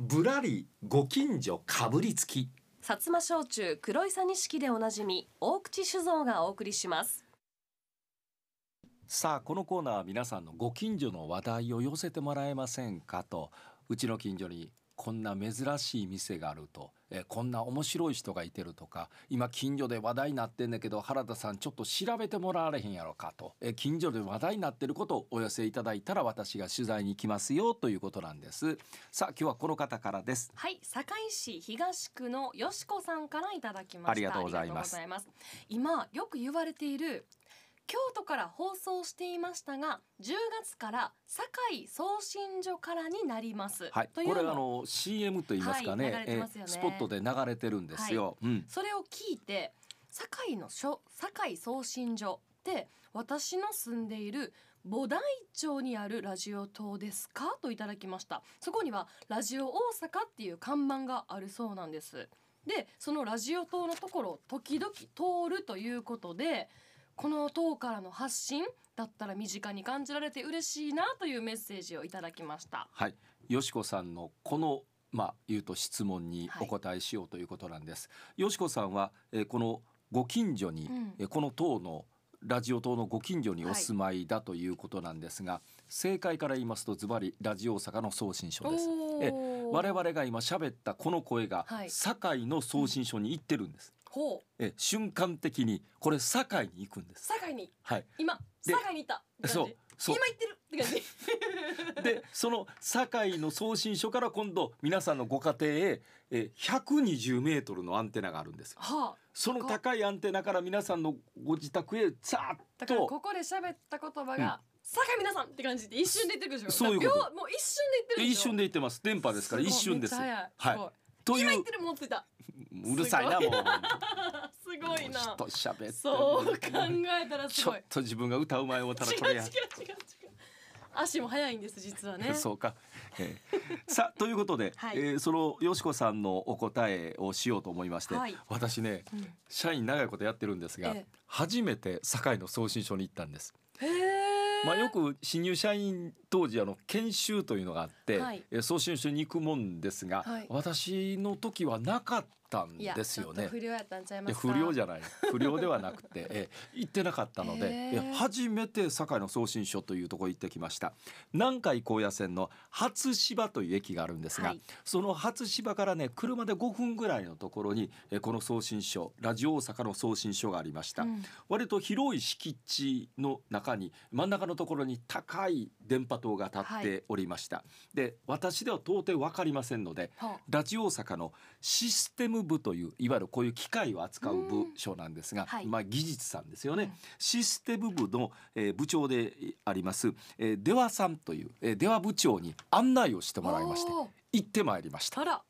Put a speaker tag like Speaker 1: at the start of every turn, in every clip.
Speaker 1: ぶらりご近所かぶりつき
Speaker 2: 薩摩焼酎黒いさ錦でおなじみ大口酒造がお送りします
Speaker 1: さあこのコーナーは皆さんのご近所の話題を寄せてもらえませんかとうちの近所にこんな珍しい店があるとえこんな面白い人がいてるとか今近所で話題になってんだけど原田さんちょっと調べてもらわれへんやろかとえ近所で話題になってることをお寄せいただいたら私が取材に行きますよということなんですさあ今日はこの方からです
Speaker 2: はい堺市東区のよしこさんからいただきました
Speaker 1: ありがとうございます
Speaker 2: ありがとうございます今よく言われている京都から放送していましたが10月から堺送信所からになります、
Speaker 1: はい
Speaker 2: とい
Speaker 1: こ
Speaker 2: う
Speaker 1: れあ
Speaker 2: のを
Speaker 1: の CM と言いますかね,、
Speaker 2: はい流れてますよね
Speaker 1: スポットで流れてるんですよ、うん
Speaker 2: それを聞いて堺のしょ堺送信所って私の住んでいる菩提町にあるラジオ塔ですかといただきましたそこにはラジオ大阪っていう看板があるそうなんですでそのラジオ塔のところを時々通るということでこの塔からの発信だったら身近に感じられて嬉しいなというメッセージをいただきました
Speaker 1: はい、よしこさんのこのまあ言うと質問に
Speaker 2: は
Speaker 1: お
Speaker 2: い
Speaker 1: 答えしようということなんです。よしこさんは、えーこのご近所に、
Speaker 2: うん
Speaker 1: えーこの塔のラジオ塔のご近所にお住まいだということなんですが、正解から言いますとズバリラジオ大阪の送信所です。
Speaker 2: お
Speaker 1: え
Speaker 2: ー
Speaker 1: 我々が今喋ったこの声が、
Speaker 2: はい
Speaker 1: 堺の送信所に行ってるんです。
Speaker 2: ほう
Speaker 1: えー瞬間的にこれ堺に行くんです。
Speaker 2: 堺に
Speaker 1: はい。
Speaker 2: 今
Speaker 1: で
Speaker 2: 堺にいたって感じ
Speaker 1: そうそう
Speaker 2: 今行ってるって感 じ
Speaker 1: でその堺の送信所から今度皆さんのご家庭へえ120メートルのアンテナがあるんですよ
Speaker 2: はあ
Speaker 1: その高いアンテナから皆さんのご自宅へザー
Speaker 2: だ
Speaker 1: ッ
Speaker 2: から
Speaker 1: と
Speaker 2: ここで喋った言葉
Speaker 1: うん
Speaker 2: が「堺皆さん!」って感じで一瞬で言ってるでしょ
Speaker 1: そういうこと
Speaker 2: だから秒もう一瞬で言ってるでしょ
Speaker 1: 一瞬で言ってます電波ですから
Speaker 2: ごい
Speaker 1: 一瞬です
Speaker 2: めっちゃ早い
Speaker 1: はい
Speaker 2: すご
Speaker 1: と
Speaker 2: い
Speaker 1: い
Speaker 2: 今言
Speaker 1: う
Speaker 2: ってる持ってた
Speaker 1: うるさいなもう
Speaker 2: すごいな
Speaker 1: もう人喋ってんの
Speaker 2: そう考えたらす
Speaker 1: ちょ
Speaker 2: ご
Speaker 1: っ
Speaker 2: い
Speaker 1: と自分が歌う前をたら
Speaker 2: 違
Speaker 1: こ
Speaker 2: う違う
Speaker 1: れ
Speaker 2: 違う
Speaker 1: や
Speaker 2: 違う足も速いんです実はね
Speaker 1: そうか、えーさあということで、
Speaker 2: はい
Speaker 1: えーそのよしこさんのお答えをしようと思いまして、
Speaker 2: はい
Speaker 1: 私ね
Speaker 2: うん
Speaker 1: 社員長いことやってるんですが、
Speaker 2: ええ
Speaker 1: 初めて堺の送信所に行ったんです、
Speaker 2: へえ
Speaker 1: まあ、よく新入社員当時あの研修というのがあって、
Speaker 2: はい
Speaker 1: えー送信所に行くもんですが、
Speaker 2: はい
Speaker 1: 私の時はなかったん
Speaker 2: いや
Speaker 1: ですよ
Speaker 2: ちょ
Speaker 1: ね
Speaker 2: っと。不良やったんちゃい
Speaker 1: い
Speaker 2: ま
Speaker 1: や
Speaker 2: すか
Speaker 1: 不良じゃない不良ではなくて、えー行ってなかったので、
Speaker 2: へー
Speaker 1: いや初めて堺の送信所というところ行ってきました南海高野線の初芝という駅があるんですが、
Speaker 2: はい
Speaker 1: その初芝からね車で5分ぐらいのところに、えーこの送信所ラジオ大阪の送信所がありました、
Speaker 2: うん
Speaker 1: 割と広い敷地の中に真ん中のところに高い電波塔が立っておりました、で私では到底わかりませんので
Speaker 2: は
Speaker 1: ラジオ大阪のシステム部といういわゆるこういう機械を扱う部署なんですが、
Speaker 2: うんはい
Speaker 1: まあ、技術さんですよね、
Speaker 2: うん
Speaker 1: システム部の、えー部長であります、えー、出羽さんという、えー、出羽部長に案内をして
Speaker 2: あ
Speaker 1: もらいまして
Speaker 2: おー
Speaker 1: 行ってまいりました
Speaker 2: あら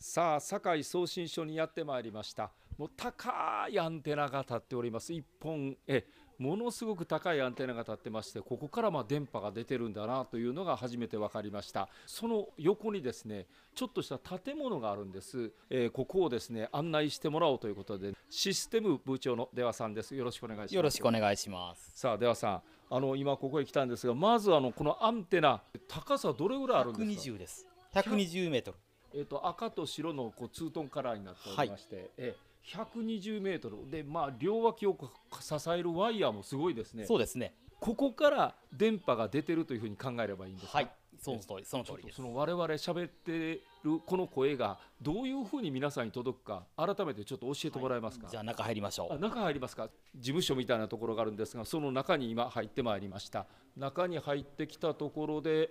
Speaker 1: さあ堺送信所にやってまいりましたもう高いアンテナが立っております一本えものすごく高いアンテナが立ってましてここからまあ電波が出てるんだなというのが初めて分かりましたその横にですねちょっとした建物があるんです、えーここをですね案内してもらおうということでシステム部長の出羽さんですよろしくお願いします
Speaker 3: よろしくお願いします。
Speaker 1: さあ出羽さんあの今ここへ来たんですがまずあのこのアンテナ高さどれぐらいあるんですか
Speaker 3: 120です。120メートル。
Speaker 1: えっと赤と白のこうツートンカラーになっておりまして、え120メートルで、まあ、両脇をこう支えるワイヤーもすごいですね
Speaker 3: そうですね。
Speaker 1: ここから電波が出てるというふうに考えればいいんですか、
Speaker 3: はい、その通り、その
Speaker 1: ち
Speaker 3: 通
Speaker 1: ょっ
Speaker 3: り
Speaker 1: と
Speaker 3: です
Speaker 1: そ。の我々喋ってるこの声がどういうふうに皆さんに届くか改めてちょっと教えてもらえますか、
Speaker 3: じゃあ中入りましょ
Speaker 1: あ中入りますか事務所みたいなところがあるんですがその中に今入ってまいりました中に入ってきたところで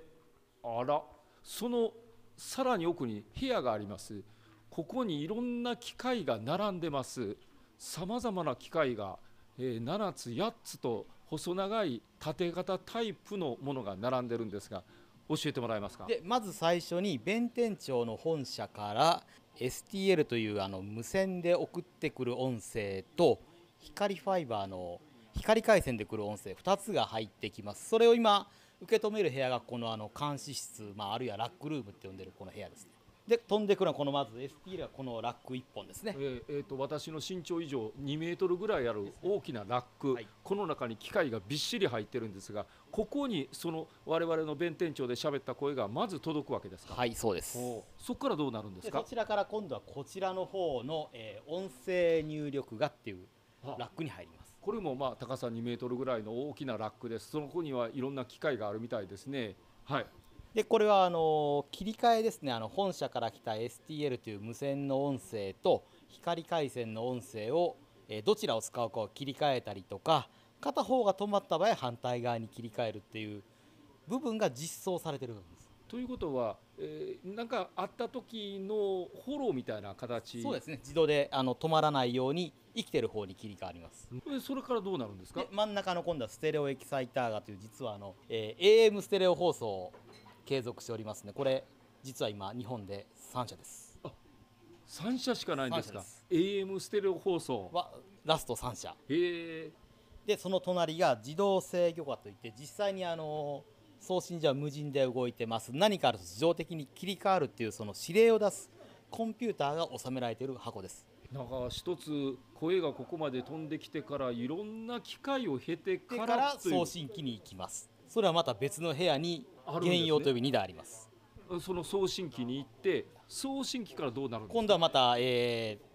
Speaker 1: あらそのさらに奥に部屋がありますここにいろんな機械が並んでますさまざまな機械が、えー7つ8つと細長い縦型タイプのものが並んでるんですが教えてもらえますか
Speaker 3: う。で、まず最初に弁天町の本社から STL というあの無線で送ってくる音声と光ファイバーの光回線で来る音声2つが入ってきます。それを今受け止める部屋がこのあの監視室、まああるいはラックルームって呼んでるこの部屋ですね。で飛んでくるのはこのまず STL はこのラック1本ですね
Speaker 1: えーえーと私の身長以上2メートルぐらいある大きなラック、
Speaker 3: はい
Speaker 1: この中に機械がびっしり入ってるんですがここにその我々の弁天町で喋った声がまず届くわけですか、
Speaker 3: はいそうです
Speaker 1: おうそこからどうなるんです
Speaker 3: で
Speaker 1: か
Speaker 3: そちらから今度はこちらの方の、えー音声入力がっていう
Speaker 1: あ
Speaker 3: ラックに入ります
Speaker 1: これもまあ高さ2メートルぐらいの大きなラックですそのこにはいろんな機械があるみたいですねはい
Speaker 3: でこれはあのー切り替えですねあの本社から来た STL という無線の音声と光回線の音声を、えーどちらを使うかを切り替えたりとか片方が止まった場合反対側に切り替えるっていう部分が実装されてるんです
Speaker 1: ということは、えーなんかあった時のフォローみたいな形
Speaker 3: そうですね自動であの止まらないように生きてる方に切り替わります
Speaker 1: えそれからどうなるんですか
Speaker 3: で真ん中の今度はステレオエキサイターがという実はあの、えー AM ステレオ放送を継続しておりますねこれ実は今日本で3社です
Speaker 1: 3社しかないんです
Speaker 3: 三社
Speaker 1: か
Speaker 3: です
Speaker 1: AM ステレオ放送
Speaker 3: はラスト3社
Speaker 1: へえ
Speaker 3: でその隣が自動制御化といって実際にあの送信所は無人で動いてます何かあると自動的に切り替わるっていうその指令を出すコンピューターが収められている箱です
Speaker 1: なんか一つ声がここまで飛んできてからいろんな機会を経て
Speaker 3: で
Speaker 1: か
Speaker 3: から
Speaker 1: らという
Speaker 3: 送信機に行きますそれはまた別の部屋に
Speaker 1: あるんですね
Speaker 3: 原用という2台あります
Speaker 1: その送信機に行って送信機からどうなるんですか
Speaker 3: 今度はまた、えー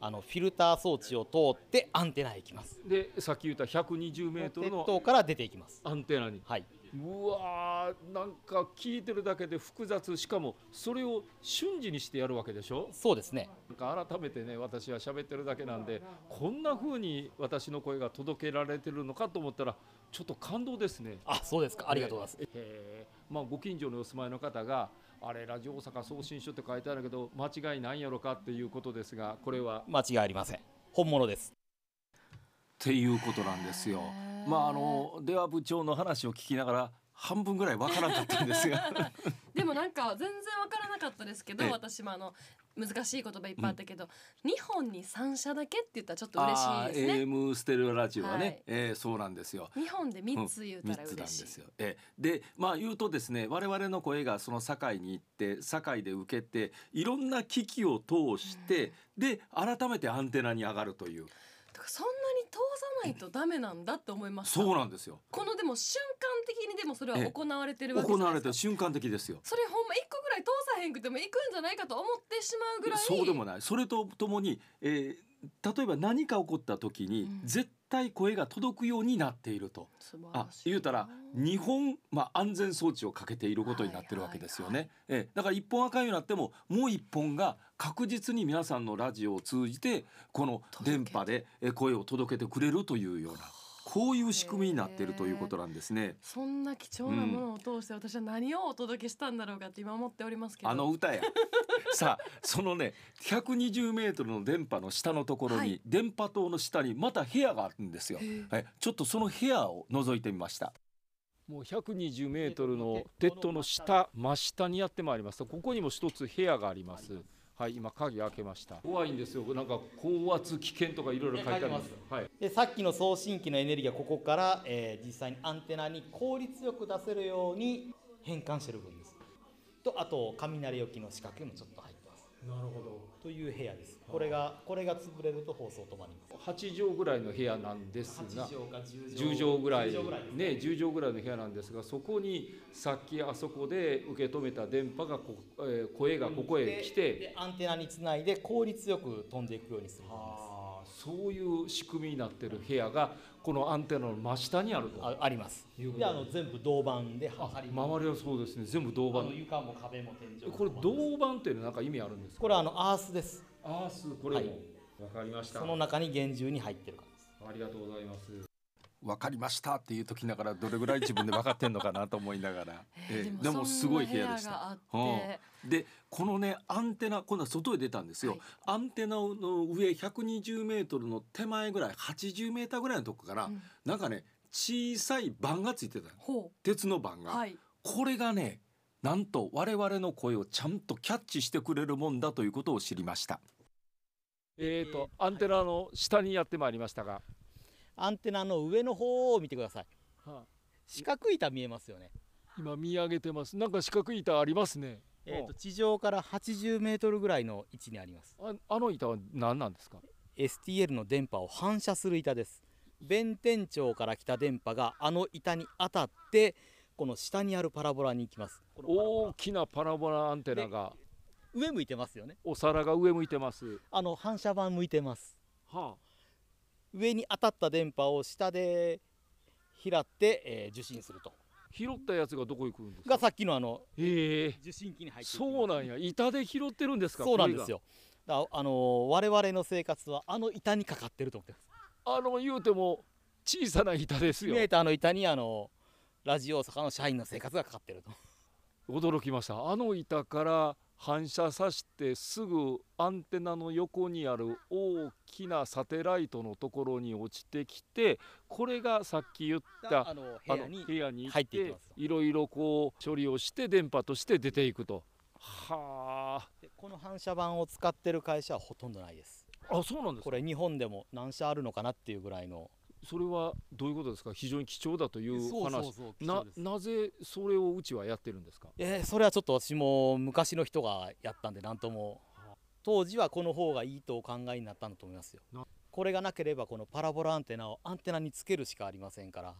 Speaker 3: あのフィルター装置を通ってアンテナへ行きます。
Speaker 1: でさっき言った120メートル
Speaker 3: 鉄
Speaker 1: の
Speaker 3: 塔から出ていきます。
Speaker 1: アンテナに
Speaker 3: はい、
Speaker 1: うわーなんか聞いてるだけで複雑しかもそれを瞬時にしてやるわけでしょ
Speaker 3: そうですね。
Speaker 1: なんか改めてね私は喋ってるだけなんでこんな風に私の声が届けられてるのかと思ったらちょっと感動ですね
Speaker 3: あ、そうですか。ありがとうございます。
Speaker 1: ええまあ、ご近所にお住まいの方があれラジオ大阪送信所って書いてあるけど間違いないんやろかっていうことですがこれは
Speaker 3: 間違いありません。本物です。
Speaker 4: っていうことなんですよ。まああの電話部長の話を聞きながら半分ぐらいわからなかったんですが
Speaker 2: でもなんか全然わからなかったですけど
Speaker 4: ええ
Speaker 2: 私もあの難しい言葉いっぱいあったけど、日本に3社だけって言ったらちょっ と嬉
Speaker 4: あ
Speaker 2: しいです
Speaker 4: ー
Speaker 2: ね
Speaker 4: AM ステレオラジオはね、
Speaker 2: はい
Speaker 4: えーそうなんですよ。
Speaker 2: 日本で3つ言う
Speaker 4: 三
Speaker 2: たら
Speaker 4: つなんで
Speaker 2: 嬉しい、
Speaker 4: すよ。ええでまあ言うとですね我々の声がその堺に行って堺で受けていろんな機器を通して、で改めてアンテナに上がるという
Speaker 2: だからそんなに通さないとダメなんだって思いました
Speaker 4: そうなんですよ。
Speaker 2: このでも瞬間的にでもそれは
Speaker 4: ええ
Speaker 2: 行われてるわけじゃ
Speaker 4: 行
Speaker 2: な
Speaker 4: わ
Speaker 2: いで
Speaker 4: れ
Speaker 2: すか、
Speaker 4: た瞬間的ですよ。
Speaker 2: それほんま1個ぐらい通さへんくても行くんじゃないかと思ってしまうぐらい
Speaker 4: そうでもないそれとともに、えー例えば何か起こった時に、
Speaker 2: うん
Speaker 4: 絶対声が届くようになっていると
Speaker 2: 素晴
Speaker 4: あ
Speaker 2: らしい
Speaker 4: 言うたら
Speaker 2: な
Speaker 4: 日本、まあ、安全装置をかけていることになってるわけですよね、ええだから一本あかんようになってももう一本が確実に皆さんのラジオを通じてこの電波でえ声を届けてくれるというようなこういう仕組みになっているということなんですね。
Speaker 2: そんな貴重なものを通して私は何をお届けしたんだろうかって今思っておりますけど
Speaker 4: あの 歌やさあそのね120メートルの電波の下のところに、
Speaker 2: はい
Speaker 4: 電波塔の下にまた部屋があるんですよ
Speaker 2: へえ。、
Speaker 4: はい、ちょっとその部屋を覗いてみました。
Speaker 1: もう120メートルの鉄塔の下真下にやってまいりましたここにも一つ部屋がありますはい今鍵開けました怖いんですよなんか高圧危険とかいろいろ書いてあります
Speaker 3: いや書いて
Speaker 1: はい
Speaker 3: で、さっきの送信機のエネルギーはここから、えー実際にアンテナに効率よく出せるように変換してる分です。とあと雷置きの仕掛けもちょっと入ってます。
Speaker 1: なるほど
Speaker 3: という部屋です。これがこれが潰れると放送止まります。
Speaker 1: 8畳ぐらいの部屋なんですが
Speaker 3: か10
Speaker 1: 10畳ぐらい
Speaker 3: 10です
Speaker 1: ね10畳ぐらいの部屋なんですがそこにさっきあそこで受け止めた電波がこ、えー声がここへ来て
Speaker 3: でアンテナにつないで効率よく飛んでいくようにする
Speaker 1: あーそういう仕組みになってる部屋がこのアンテナの真下にあると
Speaker 3: ああります
Speaker 1: いうこと
Speaker 3: であの全部銅板で
Speaker 1: あ
Speaker 3: 張り
Speaker 1: 周りはそうですね全部
Speaker 3: あ
Speaker 1: 銅
Speaker 3: の
Speaker 1: 板
Speaker 3: 床も壁も天井も
Speaker 1: これ銅板っていうのはなんか意味あるんですか
Speaker 3: これはあのアースです
Speaker 1: アースこれも、
Speaker 3: はい
Speaker 1: わかりました
Speaker 3: その中に厳重に入ってるからです
Speaker 1: ありがとうございます
Speaker 4: わかりましたっていう時ながらどれぐらい自分で分かってんのかなと思いながら
Speaker 2: えー
Speaker 4: ええ
Speaker 2: でもすごい部屋でした。
Speaker 4: うんでこのねアンテナ今度は外へ出たんですよ、
Speaker 2: はい
Speaker 4: アンテナの上120メートルの手前ぐらい80メーターぐらいのとこから、
Speaker 2: うん
Speaker 4: なんかね小さい板がついてたの
Speaker 2: ほ
Speaker 4: 鉄の板
Speaker 2: う
Speaker 4: が、
Speaker 2: はい。
Speaker 4: これがねなんと我々の声をちゃんとキャッチしてくれるもんだということを知りました
Speaker 1: えー、とアンテナの下にやってまいりましたが、
Speaker 3: アンテナの上の方を見てください
Speaker 1: はあ
Speaker 3: 四角い板見えますよね
Speaker 1: 今見上げてますなんか四角い板ありますね
Speaker 3: えー、と地上から80メートルぐらいの位置にあります
Speaker 1: ああの板は何なんですか
Speaker 3: STL の電波を反射する板です弁天町から来た電波があの板に当たってこの下にあるパラボラに行きますこのパラボラ
Speaker 1: 大きなパラボラアンテナが
Speaker 3: 上向いてますよね
Speaker 1: お皿が上向いてます、
Speaker 3: あの反射板向いてます
Speaker 1: は
Speaker 3: 上に当たった電波を下で拾って、えー受信すると
Speaker 1: あ、拾ったやつがどこ行くんです
Speaker 3: が
Speaker 1: か
Speaker 3: さっきのあの
Speaker 1: ええ
Speaker 3: 受信機に入っていきます
Speaker 1: そうなんや板で拾ってるんですか
Speaker 3: そうなんですよだあのー我々の生活はあの板にかかってると思ってます
Speaker 1: これがあの言うても小さな板ですよ
Speaker 3: メーターの板にあのラジオ大阪の社員の生活がかかってると
Speaker 1: 驚きましたあの板から反射さしてすぐアンテナの横にある大きなサテライトのところに落ちてきてこれがさっき言った
Speaker 3: あの部
Speaker 1: あ
Speaker 3: 屋
Speaker 1: の
Speaker 3: に
Speaker 1: 部屋に行っ
Speaker 3: 入ってていきます
Speaker 1: いろいろこう処理をして電波として出ていくとはあ
Speaker 3: でこの反射板を使ってる会社はほとんどないです
Speaker 1: あそうなんです
Speaker 3: これ日本でも何社あるのかなっていうぐらいの
Speaker 1: それはどういうことですか非常に貴重だという話
Speaker 3: そう
Speaker 1: ななぜそれをうちはやってるんですか
Speaker 3: えーそれはちょっと私も昔の人がやったんで何とも当時はこの方がいいとお考えになったんだと思いますよ
Speaker 1: な
Speaker 3: これがなければこのパラボラアンテナをアンテナにつけるしかありませんから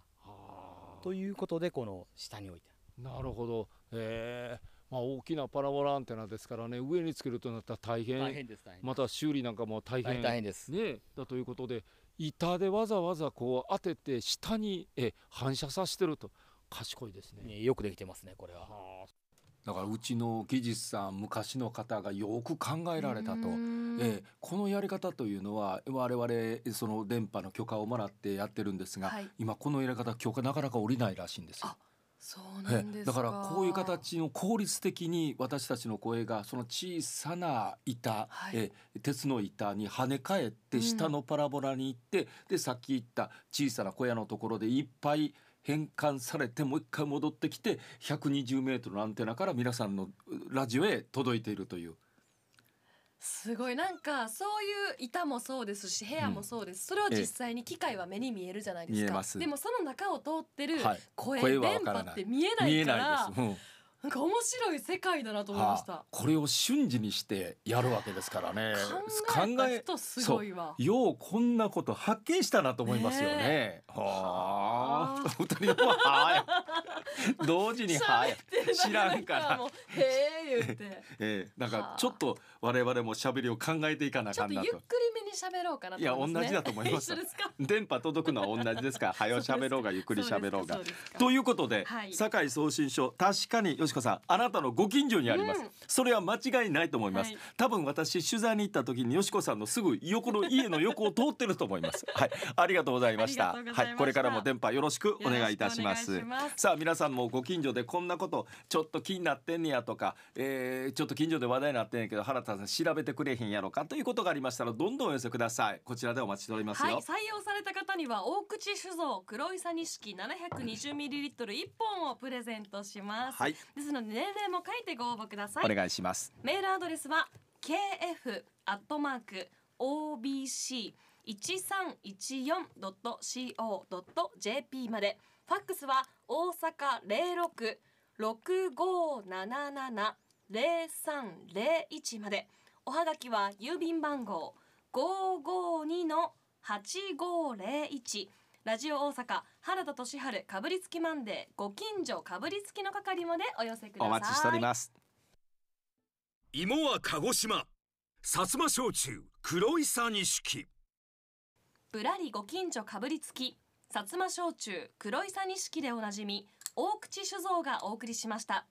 Speaker 3: ということでこの下に置いて
Speaker 1: なるほど、えーまあ、大きなパラボラアンテナですからね上につけるとなったら大変
Speaker 3: 大変です大変
Speaker 1: また修理なんかも大変
Speaker 3: 大変大変です
Speaker 1: ね、だということで板でわざわざこう当てて下にえ反射させてると賢いですね。
Speaker 3: ねよくできてますねこれは
Speaker 1: はあ
Speaker 4: だからうちの技術さん昔の方がよく考えられたと
Speaker 2: う。ん
Speaker 4: ええ、このやり方というのは我々その電波の許可をもらってやってるんですが、
Speaker 2: はい
Speaker 4: 今このやり方許可なかなか下りないらしいんですよ
Speaker 2: あ。そうなん
Speaker 4: ええ
Speaker 2: です
Speaker 4: だ
Speaker 2: か
Speaker 4: からこういう形の効率的に私たちの声がその小さな板、
Speaker 2: はい
Speaker 4: ええ鉄の板に跳ね返っ
Speaker 2: う
Speaker 4: て
Speaker 2: ん
Speaker 4: 下のパラボラに行って、でさっき言った小さな小屋のところでいっぱい変換されてもう一回戻ってきて120メートルのアンテナから皆さんのうラジオへ届いているという。
Speaker 2: すごいなんかそういう板もそうですし部屋もそうです、それを実際に機械は目に見えるじゃないですか
Speaker 4: 見えます
Speaker 2: でもその中を通ってる
Speaker 4: はい
Speaker 2: 声,、
Speaker 4: 声はわ
Speaker 2: 電
Speaker 4: から
Speaker 2: 波
Speaker 4: ない
Speaker 2: って見えないからな
Speaker 4: です。うん
Speaker 2: んか面白い世界だなと思いました、
Speaker 4: はあこれを瞬時にしてやるわけですからね
Speaker 2: 考えた人すごいわ
Speaker 4: ようこんなこと発見したなと思いますよね。
Speaker 2: ねは
Speaker 4: はあ、お二人とも はあや。同時にはあ
Speaker 2: 喋
Speaker 4: や
Speaker 2: っ。てる
Speaker 4: 知らんから
Speaker 2: なんもうへえ言 って
Speaker 4: ええ、なん
Speaker 2: は
Speaker 4: か
Speaker 2: あ
Speaker 4: ちょっと我々も喋りを考えていかなあ
Speaker 2: ちょ
Speaker 4: か
Speaker 2: っと
Speaker 4: ん
Speaker 2: ゆっく
Speaker 4: な
Speaker 2: り
Speaker 4: と。
Speaker 2: めに喋ろうかなと
Speaker 4: いや
Speaker 2: 思
Speaker 4: 同
Speaker 2: います、ね、
Speaker 4: じだと思います
Speaker 2: 一緒ですか
Speaker 4: 電波届くのは同じですから、早う喋ろうがゆっくり喋ろうが
Speaker 2: そ。ですかそうですか
Speaker 4: ということで、
Speaker 2: はい
Speaker 4: 堺送信所確かに吉子さんあなたのご近所にあります、
Speaker 2: うん
Speaker 4: それは間違いないと思います、
Speaker 2: はい
Speaker 4: 多分私取材に行った時に吉子さんのすぐ横の家の横を通ってると思います はいありがとうございまし
Speaker 2: あ
Speaker 4: た
Speaker 2: りがとうございました
Speaker 4: はいこれからも電波よろしくお願いいたしま
Speaker 2: よ
Speaker 4: す
Speaker 2: ろしくお願いします
Speaker 4: さあ皆さんもご近所でこんなことちょっと気になってんねやとか、えーちょっと近所で話題になってんやけど原田さん調べてくれへんやろかということがありましたらどんどんお寄せくださいこちらでお待ちしておりますよ、
Speaker 2: はい、採用された方には大口酒造黒いさにしき 720ml1 本をプレゼントします、
Speaker 4: はい
Speaker 2: ですので年齢も書いてご応募ください
Speaker 4: お願いします
Speaker 2: メールアドレスは kf アットマーク obc 一三一四ドット co ドット jp まで。ファックスは大阪零六六五七七零三零一まで。おはがきは郵便番号五五二の八五零一。ラジオ大阪原田俊春かぶりつきマンデーご近所かぶりつきの係までお寄せくださ
Speaker 4: お
Speaker 2: い。
Speaker 4: 待ちしております
Speaker 5: 芋は鹿児島薩摩焼酎黒いさ錦
Speaker 2: ぶらりご近所かぶりつき薩摩焼酎黒いさ錦でおなじみ大口酒造がお送りしました